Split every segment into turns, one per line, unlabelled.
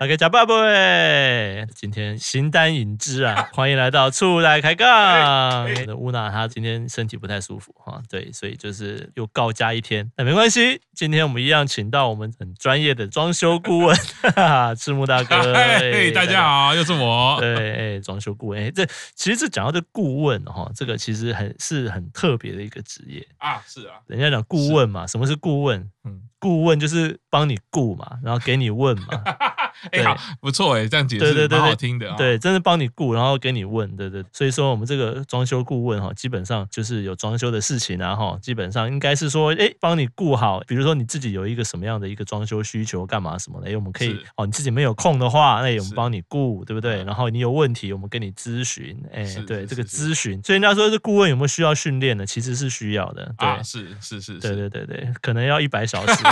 OK，假爸爸，欸今天形单影只 啊，欢迎来到出来开
哎
杠。我的乌娜她今天身体不太舒服哈，对，所以就是又告假一天，那没关系，今天我们一样请到我们很专业的装修顾问 哈哈，赤木大 哥。哎
嘿，哎大家
好。
好，又是我。
对，哎，装修顾问，哎，这其实这讲到这顾问哦哈，这个其实很是很特别的一个职业。
啊，是啊，
人家讲顾问嘛，什么是顾问？
嗯，
顾问就是帮你顾嘛，然后给你问嘛，
哎、
对
好，不错哎，这样解
对对
释
对
蛮好
对
听的啊、
对，真是帮你顾，然后给你问，对对。所以说我们这个装修顾问哈，基本上就是有装修的事情啊哈，基本上应该是说，哎，帮你顾好，比如说你自己有一个什么样的一个装修需求，干嘛什么的，哎，我们可以
是
哦，你自己没有空的话，那也我们
是
帮你顾，对不对？
嗯
然后你有问题，我们跟你咨询，哎
是，
对，
是
这个
是是
咨询，所以人家说这顾问有没有需要训练呢？其实是需要的，对。
啊，是是是
对
是
对对对，可能要一百 小时。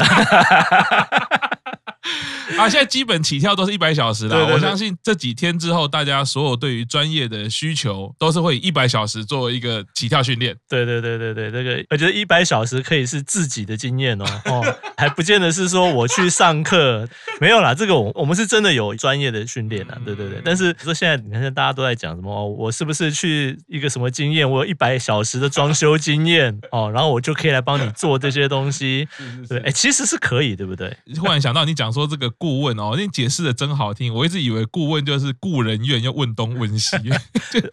啊，现在基本起跳都是一百小时啦。
对对对
我相信这几天之后，大家所有对于专业的需求都是会以一百小时作为一个起跳训练。
对对对对对，这个我觉得一百小时可以是自己的经验哦，哦，还不见得是说我去上课，没有啦，这个我我们是真的有专业的训练啊，对对对。但是说现在你看，现在大家都在讲什么、哦，我是不是去一个什么经验，我有一百小时的装修经验哦，然后我就可以来帮你做这些东 西，对，哎，其实是可以，对不对？
忽然想到你讲说这个顾问哦，你解释的真好听。我一直以为顾问就是顾人怨，要问东问西。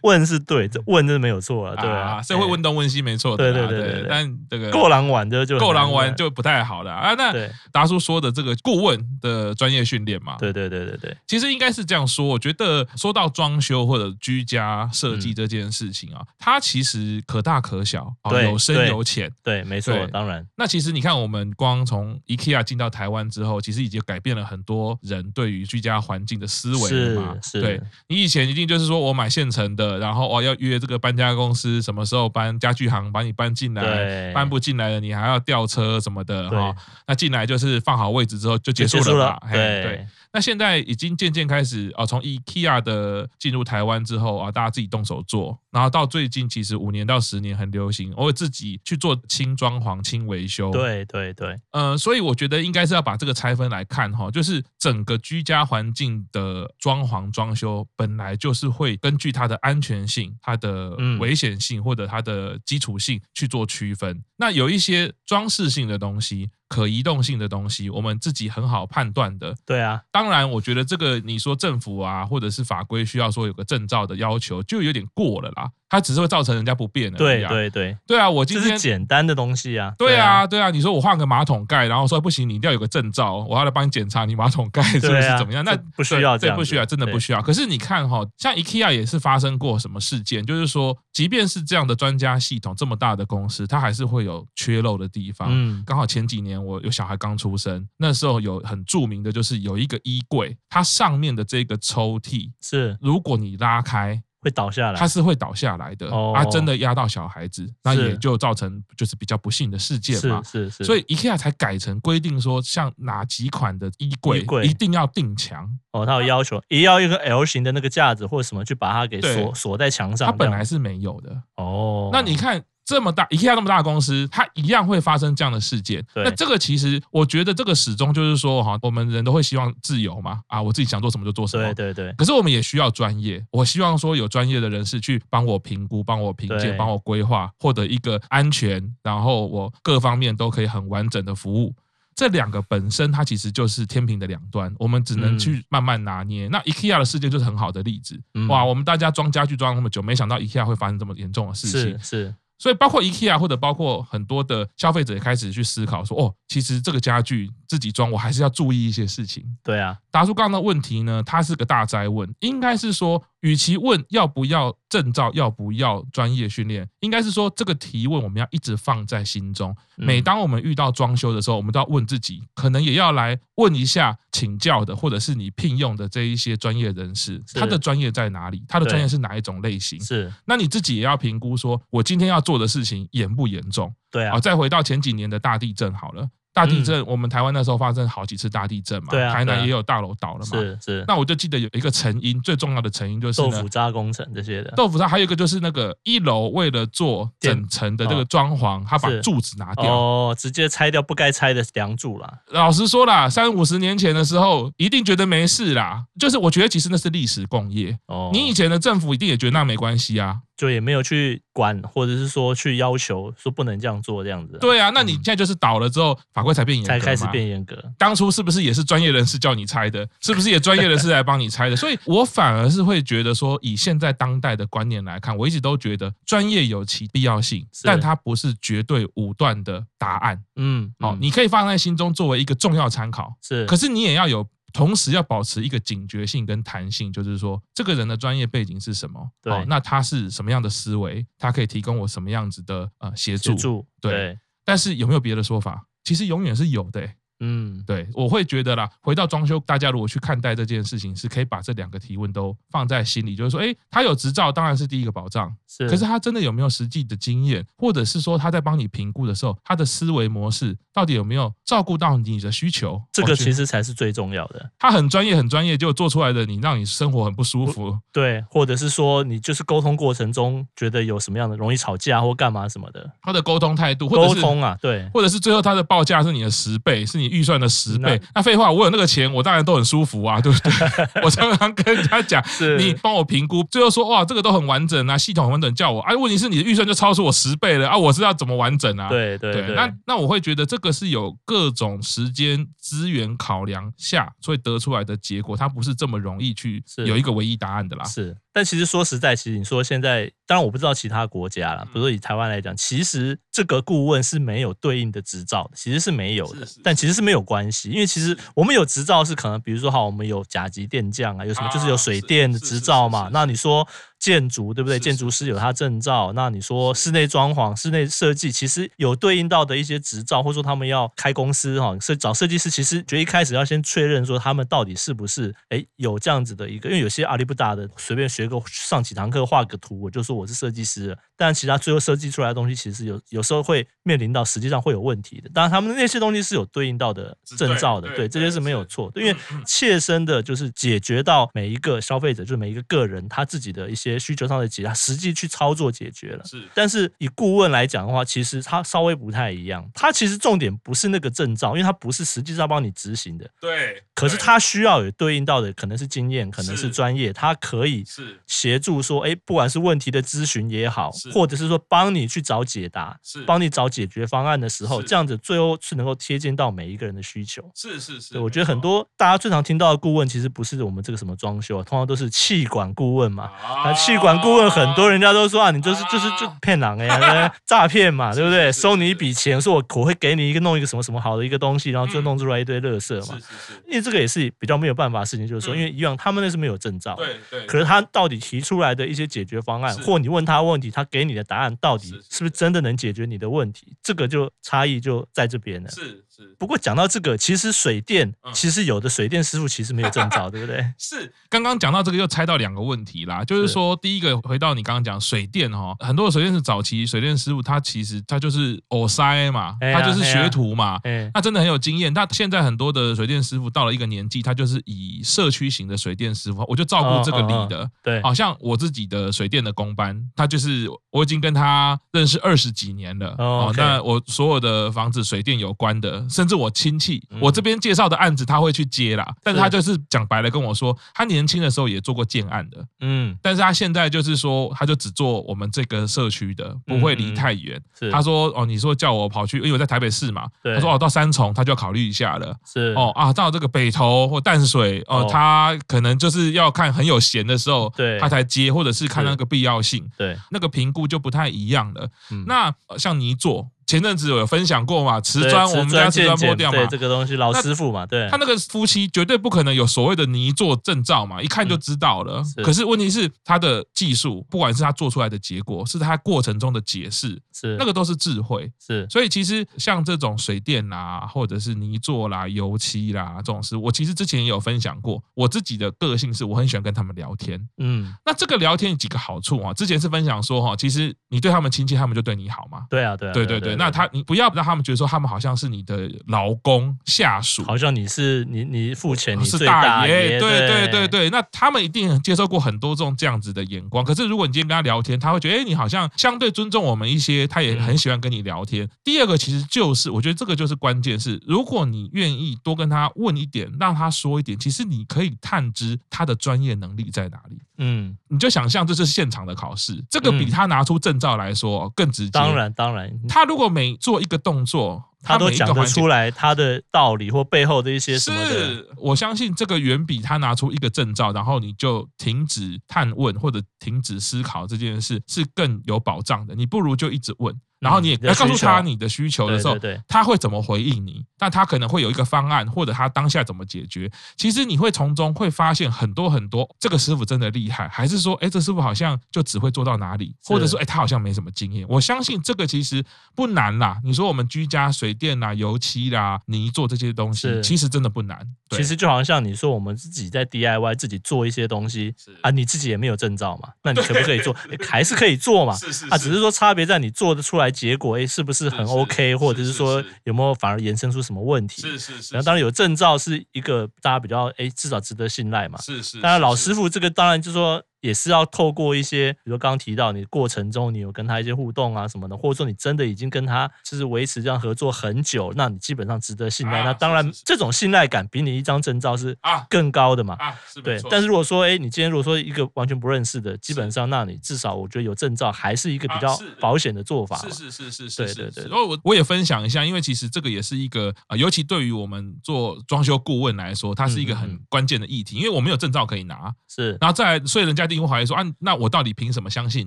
问是对，这问是没有错啊， 对啊，
所以会问东问西没错啊的啦。
对对对对对
但这个
哎够狼玩的就很
够
难
狼玩就不太好了啊。那
对
达叔说的这个顾问的专业训练嘛，
对对对对对，
其实应该是这样说。我觉得说到装修或者居家设计
嗯
这件事情啊，它其实可大可小，啊，
对
有深
对
有浅。
对，没错
对，
当然，
那其实你看，我们光从 IKEA 进到台湾之后，其实已经改变了很多人对于居家环境的思维了嘛。
是是
对你以前一定就是说我买现成的，然后哦要约这个搬家公司什么时候搬，家具行把你搬进来。
对，
搬不进来了，你还要吊车什么的哈、
哎对
那进来就是放好位置之后就结束
结束
了
了
吧？，嘿对，那现在已经渐渐开始啊，从 IKEA 的进入台湾之后啊，大家自己动手做，然后到最近其实五年到十年很流行，偶尔自己去做轻装潢、轻维修。，
对对对，
呃，所以我觉得应该是要把这个拆分来看哈，就是整个居家环境的装潢装修本来就是会根据它的安全性、它的
嗯
危险性或者它的基础性去做区分。那有一些装饰性的东西、可移动性的东西，我们自己很好判断的。
对啊，
当然，我觉得这个你说政府啊，或者是法规需要说有个证照的要求，就有点过了啦。它只是会造成人家不便而已
对
啊。
对对，
对啊，我
这
今
是
天
简单的东西啊。
对啊，对啊，你说我换个马桶盖，然后说不行，你一定要有个证照，我要来帮你检查你马桶盖是不
对
是
啊
怎么样。
这
那
不需要这
对
样
这不
子
需要，真的
对
不需要。可是你看哈、像 IKEA 也是发生过什么事件，就是说，即便是这样的专家系统，这么大的公司，它还是会有缺漏的地
对
方
啊，。嗯，
刚好前几年我有小孩刚出生，那时候有很著名的就是有一个衣柜，它上面的这个抽屉，
是
如果你拉开，
会倒下来
它。是会倒下来的，
哦
啊，真的压到小孩子，那
是
也就造成就是比较不幸的事件嘛
是。是是，
所以 IKEA 才改成规定说，像哪几款的衣柜
衣柜
一定要定墙，
哦，他有要求，也要一个 L 型的那个架子或者什么去把它给
对
锁锁在墙上这
它
样。
本来是没有的。
哦，
那你看这么大 IKEA 那么大的公司，它一样会发生这样的事件。
对
那这个其实我觉得这个始终就是说哈，我们人都会希望自由嘛，啊，我自己想做什么就做什么
对。对对
可是我们也需要专业，我希望说有专业的人士去帮我评估、帮我评
对
鉴、帮我规划，获得一个安全，然后我各方面都可以很完整的服务。这两个本身它其实就是天平的两端，我们只能
嗯
去慢慢拿捏。那 IKEA 的事件就是很好的例子，
嗯
哇！我们大家装家具装那么久，没想到 IKEA 会发生这么严重的事情
是。是，
所以包括 IKEA 或者包括很多的消费者也开始去思考说，哦，其实这个家具自己装，我还是要注意一些事情。
对啊，
达叔刚刚的问题呢，它是个大灾问，应该是说，与其问要不要证照，要不要专业训练，应该是说这个提问我们要一直放在心中。
嗯
每当我们遇到装修的时候，我们都要问自己，可能也要来问一下请教的，或者是你聘用的这一些专业人士，
是
他的专业在哪里，他的专业
对
是哪一种类型。
是，
那你自己也要评估，说我今天要做的事情严不严重
对啊
哦啊？，再回到前几年的大地震好了，大地震，我们台湾那时候发生好几次大地震嘛，
嗯对啊
台
对
南
啊
也有大楼倒了嘛。
是是
那我就记得有一个成因，最重要的成因就是
豆
呢
腐，渣工程这些的，
豆腐渣还有一个就是那个一楼为了做整层的这个装潢，他把
哦是
柱子拿掉。
哦，直接拆掉不该拆的梁柱啦，
老实说啦，三五十年前的时候，一定觉得没事啦。就是我觉得其实那是历史工业，
哦，
你以前的政府一定也觉得那没关系啊。
就也没有去管，或者是说去要求说不能这样做这样子，，
对啊，那你现在就是倒了之后，法规才变严格
嗯才
嘛。
开始变严格，
当初是不是也是专业人士叫你猜的？是不是也专业人士来帮你猜的？ 所以我反而是会觉得说，以现在当代的观念来看，我一直都觉得专业有其必要性，
是
但它不是绝对武断的答案。
嗯，
哦，
嗯
你可以放在心中作为一个重要参考，
是
可是你也要有。同时要保持一个警觉性跟弹性，就是说这个人的专业背景是什么？
对
哦那他是什么样的思维？他可以提供我什么样子的呃协助？
协助，
对
对，
但是有没有别的说法？其实永远是有的、欸
嗯，
对，我会觉得啦，回到装修，大家如果去看待这件事情，是可以把这两个提问都放在心里，就是说，诶，他有执照当然是第一个保障，
是，
可是他真的有没有实际的经验，或者是说他在帮你评估的时候，他的思维模式到底有没有照顾到你的需求？
这个
我觉得
其实才是最重要的，
他很专业，很专业，就做出来的你让你生活很不舒服。
对，或者是说你就是沟通过程中觉得有什么样的容易吵架或干嘛什么的，
他的沟通态度，或
沟
者是
通啊，对，
或者是最后他的报价是你的十倍，是你预算的十倍。那废话，我有那个钱，我当然都很舒服啊，对不 对？我常常跟人家讲，
是
你帮我评估，最后说哇，这个都很完整啊，系统很完整，叫我。哎、问题是你的预算就超出我十倍了啊，我知道怎么完整啊。
对对对，
那那我会觉得这个是有各种时间资源考量下，所以得出来的结果，它不是这么容易去
是
有一个唯一答案的啦。
是，但其实说实在，其实你说现在，当然我不知道其他国家啦，比如说以台湾来讲，其实这个顾问是没有对应的执照的，其实是没有的，
是是
但其实是没有关系，因为其实我们有执照是可能，比如说好，我们有甲级电匠啊，有什么、就是
啊
有水
是
电的
是是
执照
是
嘛
是，
那你说建筑对不对？
是
建筑师有他证照，那你说室内装潢、室内设计，其实有对应到的一些执照，或者说他们要开公司哈，设找设计师，其实觉得一开始要先确认说他们到底是不是哎有这样子的一个，因为有些阿里不达的随便学个上几堂课画个图，我就说我是设计师了，但其实他最后设计出来的东西，其实有有时候会面临到实际上会有问题的。当然，他们那些东西是有对应到的
是
证照的，对
对对
这些
对
是没有
是
错的，因为
嗯
切身的就是解决到每一个消费者，就是每一个个人他自己的一些需求上的解，他实际去操作解决了。
是
但是以顾问来讲的话，其实他稍微不太一样，他其实重点不是那个证照，因为他不是实际上帮你执行的，
对，
可是他需要有对应到的可能是经验，可能是
是
专业，他可以
是
协助说，哎，不管是问题的咨询也好
是，
或者是说帮你去找解答，
是
帮你找解决方案的时候，
是
这样子最后是能够贴近到每一个人的需求。
是是是
对，我觉得很多大家最常听到的顾问，其实不是我们这个什么装修啊，通常都是气管顾问嘛。
啊
那气管顾问很多人家都说啊，你就是就是就骗狼哎呀，对 诈骗嘛，对不对？
啊是是
收你一笔钱，说我我会给你一个弄一个什么什么好的一个东西，然后就
嗯
弄出来一堆垃圾嘛。
是是，
因为这个也是比较没有办法的事情，就是说，
嗯
因为以往他们那是没有证照的，
对
可是他到底提出来的一些解决方案，
是
或你问他问题，他给你的答案到底
是
是不是真的能解决你的问题，这个就差异就在这边了。
是是
不过讲到这个，其实水电，
嗯
其实有的水电师傅其实没有证照，对不 对？
是，刚刚讲到这个又猜到两个问题啦，就是
是
说第一个回到你刚刚讲水电哈，很多的水电是早期水电师傅，他其实他就是偶塞嘛，
哎
他
呀
就是
哎呀
学徒嘛。
哎，
他真的很有经验。那现在很多的水电师傅到了一个年纪，他就是以社区型的水电师傅，我就照顾这个
哦哦
里
哦
的。
对，
好像我自己的水电的工班，他就是我已经跟他认识二十几年了。
哦
哦，
OK
那我所有的房子水电有关的，甚至我亲戚，
嗯
我这边介绍的案子他会去接啦。但是他
是
就是讲白了跟我说，他年轻的时候也做过建案的，
嗯，
但是他现在就是说，他就只做我们这个社区的，不会离
嗯嗯
太远。
是，
他说：“哦，你说叫我跑去，因为我在台北市嘛。
对
他说哦，到三重他就要考虑一下了。
是，
哦啊，到这个北投或淡水哦
哦，
他可能就是要看很有闲的时候，
对
他才接，或者是看那个必要性，
对，
那个评估就不太一样了。
嗯
那呃像泥做，前阵子有分享过嘛，瓷
对
砖我们家瓷
见
砖
解
剥掉嘛
对，这个东西老师傅嘛，对
他，那个夫妻绝对不可能有所谓的泥做证照嘛，一看就知道了。
嗯是
可是问题是他的技术，不管是他做出来的结果，是他过程中的解释，
是
那个都是智慧。
是
所以其实像这种水电啦，或者是泥做啦、油漆啦这种事，我其实之前也有分享过。我自己的个性是我很喜欢跟他们聊天。
嗯，
那这个聊天有几个好处啊？之前是分享说哈，其实你对他们亲切，他们就对你好嘛。
对啊，对啊，
对
对
对对，那他你不要让他们觉得说他们好像是你的劳工下属，
好像你是你你付钱，你
哦是
最大
爷，
爷，
对对对
对，
对，那他们一定接受过很多这种这样子的眼光。可是如果你今天跟他聊天，他会觉得，哎，你好像相对尊重我们一些，他
嗯
也很喜欢跟你聊天。第二个其实就是，我觉得这个就是关键是，如果你愿意多跟他问一点，让他说一点，其实你可以探知他的专业能力在哪里。
嗯，
你就想象这是现场的考试，这个比
嗯
他拿出证照来说哦更直接。
当，然当然，
他如果每做一个动作，
他都
每一个
讲得
环节
出来他的道理或背后的一些什么的，
是，我相信这个远比他拿出一个证照，然后你就停止探问或者停止思考这件事是更有保障的。你不如就一直问，然后你也
嗯你的
要告诉
需求
他你的需求的时候，
对对对
他会怎么回应你？那他可能会有一个方案，或者他当下怎么解决。其实你会从中会发现很多很多，这个师傅真的厉害，还是说，哎，这师傅好像就只会做到哪里，
是
或者说，哎，他好像没什么经验。我相信这个其实不难啦。你说我们居家水电啦、油漆啦、泥做这些东西，
是
其实真的不难。对
其实就好像像你说，我们自己在 DIY 自己做一些东西
是
啊，你自己也没有证照嘛，那你可不可以做？ 还是可以做嘛？
是
啊，只是说差别在你做得出来结果，哎，是不是很
是是
OK，
是
或者是
是
说
是
有没有反而延伸出什么问题？
是是是，
然后当然有证照是一个大家比较哎至少值得信赖嘛。
是是，
当然
是
老
是
师傅这个当然就说也是要透过一些，比如刚刚提到你过程中你有跟他一些互动啊什么的，或者说你真的已经跟他就是维持这样合作很久，那你基本上值得信赖。
啊
那当然
是是是
这种信赖感比你一张证照是
啊
更高的嘛。
啊，是
对
没，错
但是如果说，哎，你今天如果说一个完全不认识的，基本上，那你至少我觉得有证照还是一个比
啊
较
是
保险的做法嘛。
是是是是
对
是是
对对
是然后我我也分享一下，因为其实这个也是一个啊、呃尤其对于我们做装修顾问来说，它是一个
嗯嗯
很关键的议题，因为我没有证照可以拿，
是，
然后再来，所以人家一定会怀疑说啊，那我到底凭什么相信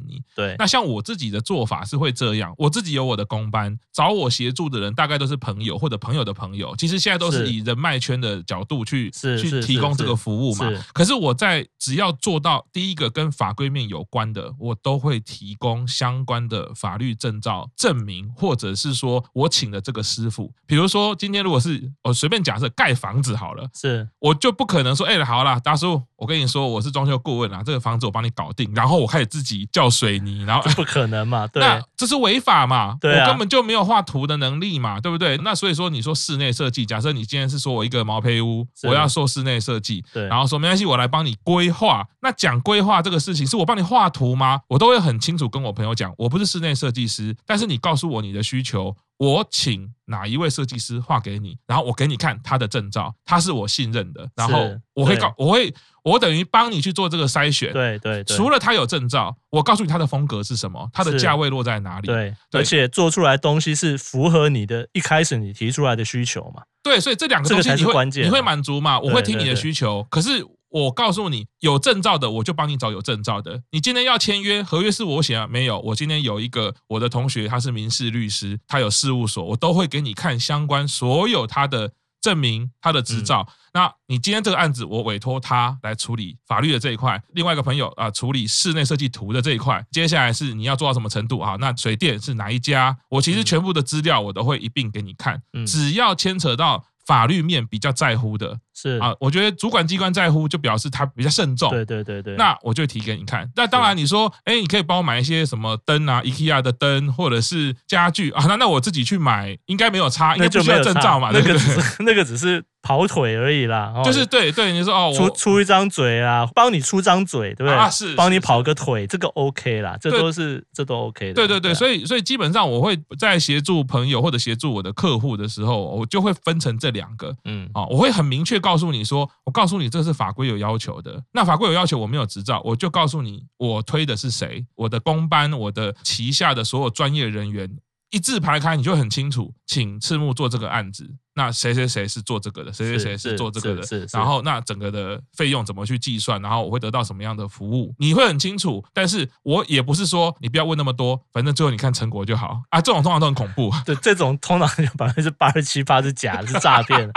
你？
对，
那像我自己的做法是会这样，我自己有我的公班，找我协助的人大概都是朋友或者朋友的朋友，其实现在都是
是
以人脉圈的角度去
是
去
是
提供
是
这个服务嘛
是。
可是我在只要做到第一个跟法规面有关的，我都会提供相关的法律证照证明，或者是说我请的这个师傅，比如说今天如果是我随便假设盖房子好了，
是
我就不可能说，哎、好啦，大叔，我跟你说，我是装修顾问啦，这个房子我帮你搞定，然后我开始自己叫水泥，然后。
不可能嘛？对，
那这是违法嘛？
对啊
我根本就没有画图的能力嘛，对不对？那所以说，你说室内设计，假设你今天是说我一个毛坯屋，
是
我要做室内设计，
对
然后说没关系，我来帮你规划。那讲规划这个事情，是我帮你画图吗？我都会很清楚跟我朋友讲，我不是室内设计师，但是你告诉我你的需求，我请哪一位设计师画给你，然后我给你看他的证照，他是我信任的，然后
是
我会
对
告，我会，我等于帮你去做这个筛选。
对对对，
除了他有证照，我告诉你他的风格是什么，他的
是
价位落在哪里。
对，
对
而且做出来的东西是符合你的一开始你提出来的需求嘛？
对，所以这两个
这个
东西
才
你
是
会
关键
你会
啊
满足嘛？我会
对
听
对
你的
对
需求，可是我告诉你，有证照的我就帮你找有证照的。你今天要签约，合约是我写啊，没有。我今天有一个我的同学，他是民事律师，他有事务所，我都会给你看相关所有他的证明、他的
嗯
执照。那你今天这个案子，我委托他来处理法律的这一块，另外一个朋友啊、处理室内设计图的这一块。接下来是你要做到什么程度啊？那水电是哪一家？我其实
嗯
全部的资料我都会一并给你看，
嗯
只要牵扯到法律面比较在乎的
是，
啊，我觉得主管机关在乎，就表示他比较慎重。
对对对对，
那我就提给你看。那当然，你说，哎，你可以帮我买一些什么灯啊，IKEA 的灯，或者是家具啊，那那我自己去买，应该没有差，应
那
该不
就
需
没
要
有
证
差
照嘛，
那
对
个
不
只
对？
是 那个只是跑腿而已啦，哦
就是对对，你说哦，
出
我
出一张嘴啦，帮你出张嘴，对不对？
啊是
帮你
是
跑个腿，这个 OK 啦，这
对
都是这都 OK 的。啊
对对对，所
以
以所以基本上我会在协助朋友或者协助我的客户的时候，我就会分成这两个。
嗯，
啊、我会很明确告诉你说，我告诉你这是法规有要求的。那法规有要求，我没有执照，我就告诉你我推的是谁，我的公班，我的旗下的所有专业人员一字排开，你就很清楚，请赤木做这个案子。那谁谁谁是做这个的，谁谁谁
是
是做这个
是
的
是，是
然后那整个的费用怎么去计算，然后我会得到什么样的服务，你会很清楚。但是我也不是说你不要问那么多，反正最后你看成果就好啊。这种通常都很恐 怖，
对这种通常有百分之八十七八是假的，是诈骗。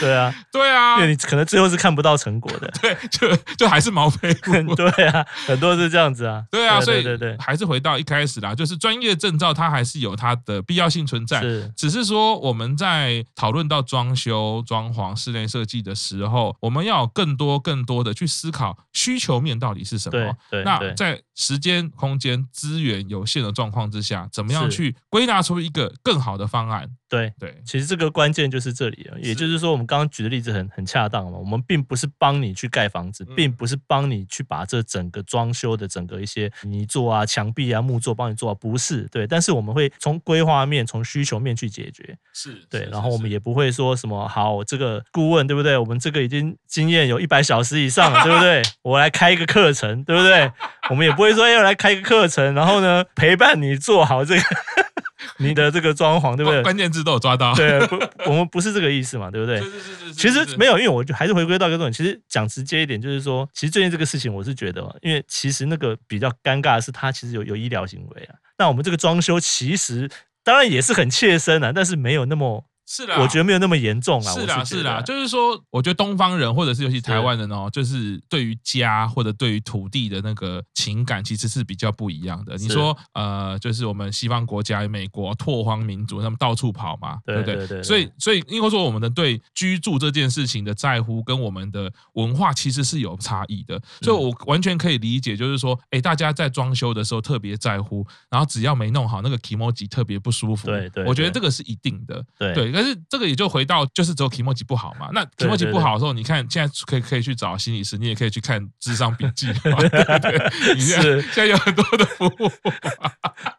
对啊，
对啊
因，为你可能最后是看不到成果的。
对，就就还是毛坯屋。
对啊，很多是这样子啊。
对啊，所
对
以
对对，
还是回到一开始啦，就是专业证照它还是有它的必要性存在，啊
是
只是说我们在讨论到装修、装潢、室内设计的时候，我们要有更多、更多的去思考需求面到底是什
对
么。
对
那
对
在时间、空间、资源有限的状况之下，怎么样
是
去归纳出一个更好的方案？
对。
对，
其实这个关键就是这里了，啊也就是说，我们刚刚举的例子很很恰当嘛。我们并不是帮你去盖房子，
嗯
并不是帮你去把这整个装修的整个一些泥做啊、墙壁啊、木作帮你做啊，不是对。但是我们会从规划面、从需求面去解决。
是
对，然后我们也不会说什么好，这个顾问对不对？我们这个已经经验有一百小时以上了，对不对？ 我来开一个课程，对不对？我们也不会说要来开一个课程，然后呢陪伴你做好这个 你的这个装潢，对不对？
哦关关键字都有抓到。
对，不，我们不是这个意思嘛，对不对？
是，是是是是
其实
是
没有，因为我就还是回归到一个重点。其实讲直接一点，就是说，其实最近这个事情，我是觉得，哦因为其实那个比较尴尬的是，它其实有有医疗行为啊。那我们这个装修其实当然也是很切身啊，但是没有那么
是啦，
我觉得没有那么严重啦。
啊是
我
啦，
觉
是
得
啦，就是说，我觉得东方人或者是尤其台湾人哦，就是对于家或者对于土地的那个情感，其实是比较不一样的。你
是
说，呃，就是我们西方国家、美国拓荒民族，他们到处跑嘛，
对
不对？
对对对
所以，所以应该说，我们的对居住这件事情的在乎，跟我们的文化其实是有差异
嗯
的。所以我完全可以理解，就是说，哎，大家在装修的时候特别在乎，然后只要没弄好，那个 i m o j i 特别不舒服。
对对
我觉得
对
这个是一定的。
对
对，但是这个也就回到就是只有 i m o j i 不好嘛。那 i
对
m o j i
对
不好的时候，你看现在可以可以去找心理师，你也可以去看智商笔记 嘛，对不对？你现在
是
现在有很多的服务，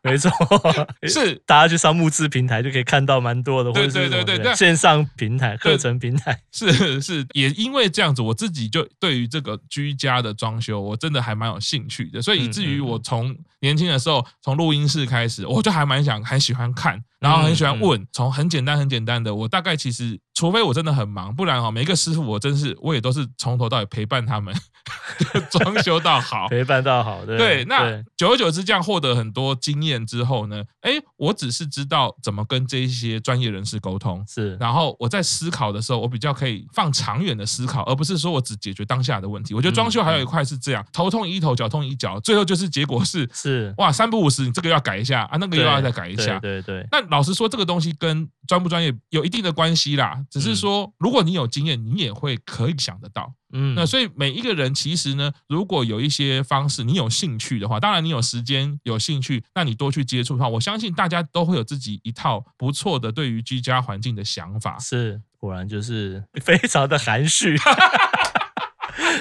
没错，
是
大家去上募资平台就可以看到蛮多的，或
对
者是
对
什么
对对
的
那
线上平台、
对
课程平台，
是 是，也因为这样子，我自己就对于这个居家的装修，我真的还蛮有兴趣的，所以以
嗯
至
嗯
于
嗯
我从年轻的时候，从录音室开始，我就还蛮想，很喜欢看，然后很喜欢
嗯嗯
问，从很简单很简单的，我大概其实，除非我真的很忙，不然哦，每一个师傅我真是我也都是从头到尾陪伴他们 装修到好，
陪伴到好，对
对，那
对
久而久之这样获得很多经验之后呢，哎，我只是知道怎么跟这些专业人士沟通，
是
然后我在思考的时候，我比较可以放长远的思考，而不是说我只解决当下的问题。我觉得装修还有一块是这样，头痛医头，脚痛医脚，最后就是结果是
是，
哇，三不五时，你这个要改一下啊，那个又
对
要再改一下。
对对对，
那老实说，这个东西跟专不专业有一定的关系啦。只是说，如果你有经验，你也会可以想得到。
嗯，
那所以每一个人其实呢，如果有一些方式你有兴趣的话，当然你有时间有兴趣，那你多去接触的话，我相信大家都会有自己一套不错的对于居家环境的想法。
是，果然就是 非常的含 蓄。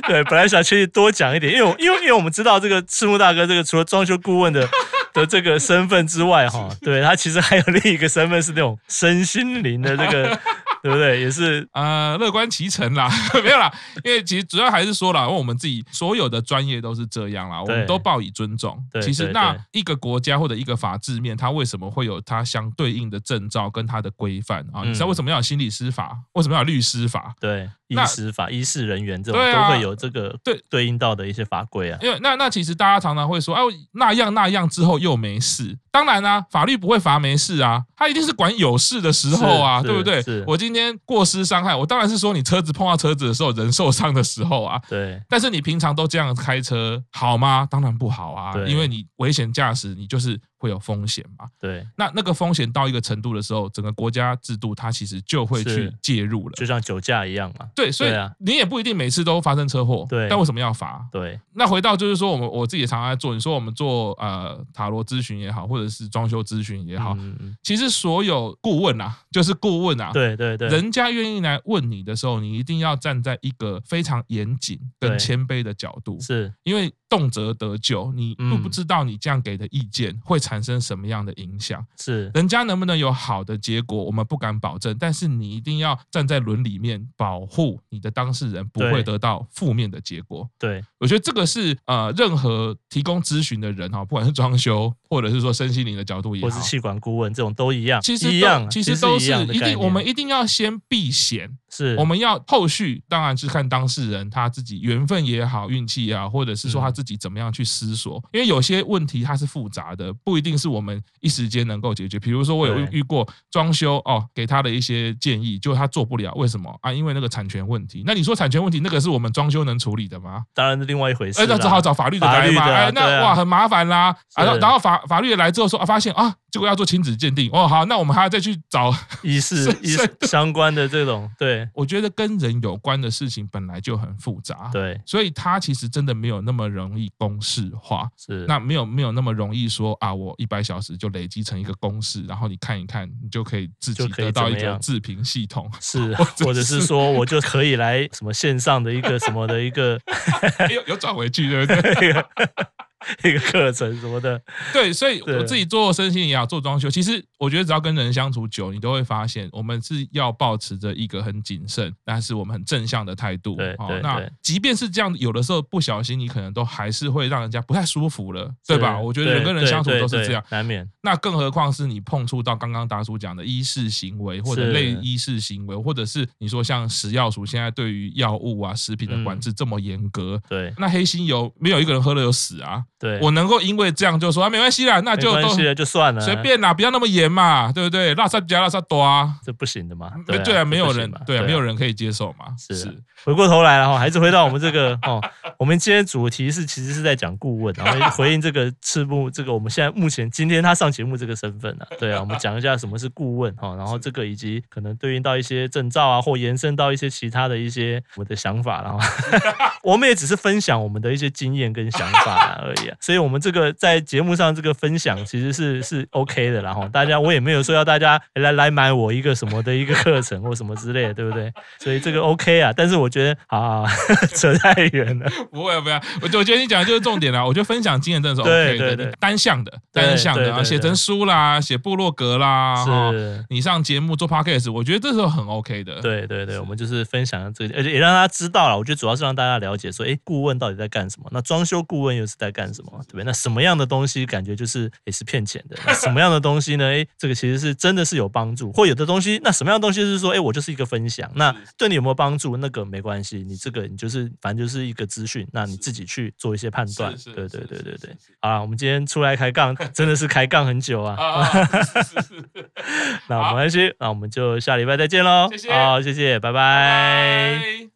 对，本来想去多讲一点，因为我因为因为我们知道这个赤木大哥这个除了装修顾问 的的这个身份之外，哈，对他其实还有另一个身份是那种身心灵的这 个，对不对？也是
呃，乐观其成啦， 没有啦，因为其实主要还是说啦，因为我们自己所有的专业都是这样啦，我们
对
都报以尊重。
对
其实
对
那
对
一个国家或者一个法制面，它为什么会有它相对应的证照跟它的规范啊？你知道
嗯
为什么要有心理师法？为什么要有律师法？
对医
那
师法、医事人员这种
对
都
啊
会有这个
对
对应到的一些法规啊。
因为那那其实大家常常会说，哎、那样那样之后又没事。当然啦、法律不会罚没事啊，他一定是管有事的时候啊，
是
对不对
是？
我今天过失伤害，我当然是说你车子碰到车子的时候，人受伤的时候啊。
对
但是你平常都这样开车好吗？当然不好啊，
对
因为你危险驾驶，你就是会有风险嘛。
对，
那那个风险到一个程度的时候，整个国家制度它其实就会去
是
介入了。
就像酒驾一样嘛。
对，所以
对啊
你也不一定每次都发生车祸，
对
但为什么要罚？
对，
那回到就是说，我们我自己也常常在做，你说我们做呃塔罗咨询也好，或者是装修咨询也好，
嗯，嗯
其实所有顾问啊，就是顾问啊，
对对对，
人家愿意来问你的时候，你一定要站在一个非常严谨跟
对
谦卑的角度，
是
因为动辄得咎，你都
嗯
不知道你这样给的意见会产生什么样的影响。
是
人家能不能有好的结果，我们不敢保证，但是你一定要站在伦理面保护你的当事人不会
对
得到负面的结果。
对
我觉得这个是呃，任何提供咨询的人哈，不管是装修或者是说身心灵的角度也
或
好
是，气管顾问这种都一样，
其实
一
都
样啊，
其实都
一
是
样的
一
概
定，我
念
们一定要先避险，
是
我们要后续当然是看当事人他自己缘分也好，运气也好，或者是说
嗯
他自己怎么样去思索，因为有些问题它是复杂的，不一定是我们一时间能够解决。比如说我有
对
遇遇过装修哦，给他的一些建议，就他做不了，为什么啊？因为那个产权问题。那你说产权问题，那个是我们装修能处理的吗？
当然是另外一回事
哎，
啦。
那只好找法律的
法
来
律
嘛，
的啊
哎，
对
那
啊
哇很麻烦啦。啊
是
然后然后法法法律来之后说啊，发现啊，结果要做亲子鉴定哦，好，那我们还要再去找。
意识
是
意识相关的这种，对
我觉得跟人有关的事情本来就很复杂，
对
所以它其实真的没有那么容易公式化。
是，
那没有没有那么容易说啊，我一百小时就累积成一个公式，然后你看一看，你就可以自己
就可以
得到
怎
一
么
个
样
自评系 统。
是，
我
或者是说我就可以来什么线上的一个什么的一 个
哎又又转回去，对不对？
一个一个课程什么的，
对，所以
对
我自己做身心也好，做装修，其实我觉得只要跟人相处久，你都会发现，我们是要保持着一个很谨慎，但是我们很正向的态度。哦
对对
那
对
即便是这样，有的时候不小心，你可能都还是会让人家不太舒服了，对
是
吧？我觉得人
对
跟人
对
相处
对
都是
对
这样。
难免
那更何况是你碰触到刚刚达叔讲的医事行为，或者
是
类医事行为，或者是你说像食药署现在对于药物啊、食品的
嗯
管制这么严格，
对
那黑心油没有一个人喝了有死啊！
对，
我能够因为这样就说啊，没关系啦，那
没
就
关
都
系啊了，就算了，
随便啦，不要那么严嘛，对不对？拉萨加拉萨多啊，
这不行的嘛，
对
对
啊，没有人对
对
啊，
啊，
没有人可以接受嘛，
是啊回过头来了哈，还是回到我们这个 哦，我们今天主题是其实是在讲顾问，然后回应这个赤木这个我们现在目前今天他上节目这个身份啊，对啊，我们讲一下什么是顾问哈、哦，然后这个以及可能对应到一些证照啊，或延伸到一些其他的一些我的想法然后我们也只是分享我们的一些经验跟想法啦而已、啊，所以我们这个在节目上这个分享其实是 是 OK 的啦哈，大家我也没有说要大家来来买我一个什么的一个课程或什么之类的，对不对？所以这个 OK 啊，但是我觉得好好好 扯太远了，
不会啊不会，我我觉得你讲的就是重点啦。我觉得分享经验真的是 OK
对
的，
对对
你单向的，
对
单向的
对
啊，
对
写成书啦，写部落格啦，哈
是。
你上节目做 podcast，我觉得这时候很 OK 的。
对对对，我们就是分享这个，而且也让大家知道了。我觉得主要是让大家了解说，哎，顾问到底在干什么？那装修顾问又是在干什么？对不对？那什么样的东西感觉就是也是骗钱的？那什么样的东西呢？哎，这个其实是真的是有帮助，或有的东西，那什么样的东西就是说，哎，我就是一个分享，那对你有没有帮助？那个没关系，你这个你就是反正就是一个资讯，那你自己去做一些判断。
是是
对对
是
对
是
对
是
对。好啦，我们今天出来开杠，真的是开杠很久啊。
啊，啊是是是是
那没关系，那我们就下礼拜再见喽。
谢谢
好，谢谢，拜拜
拜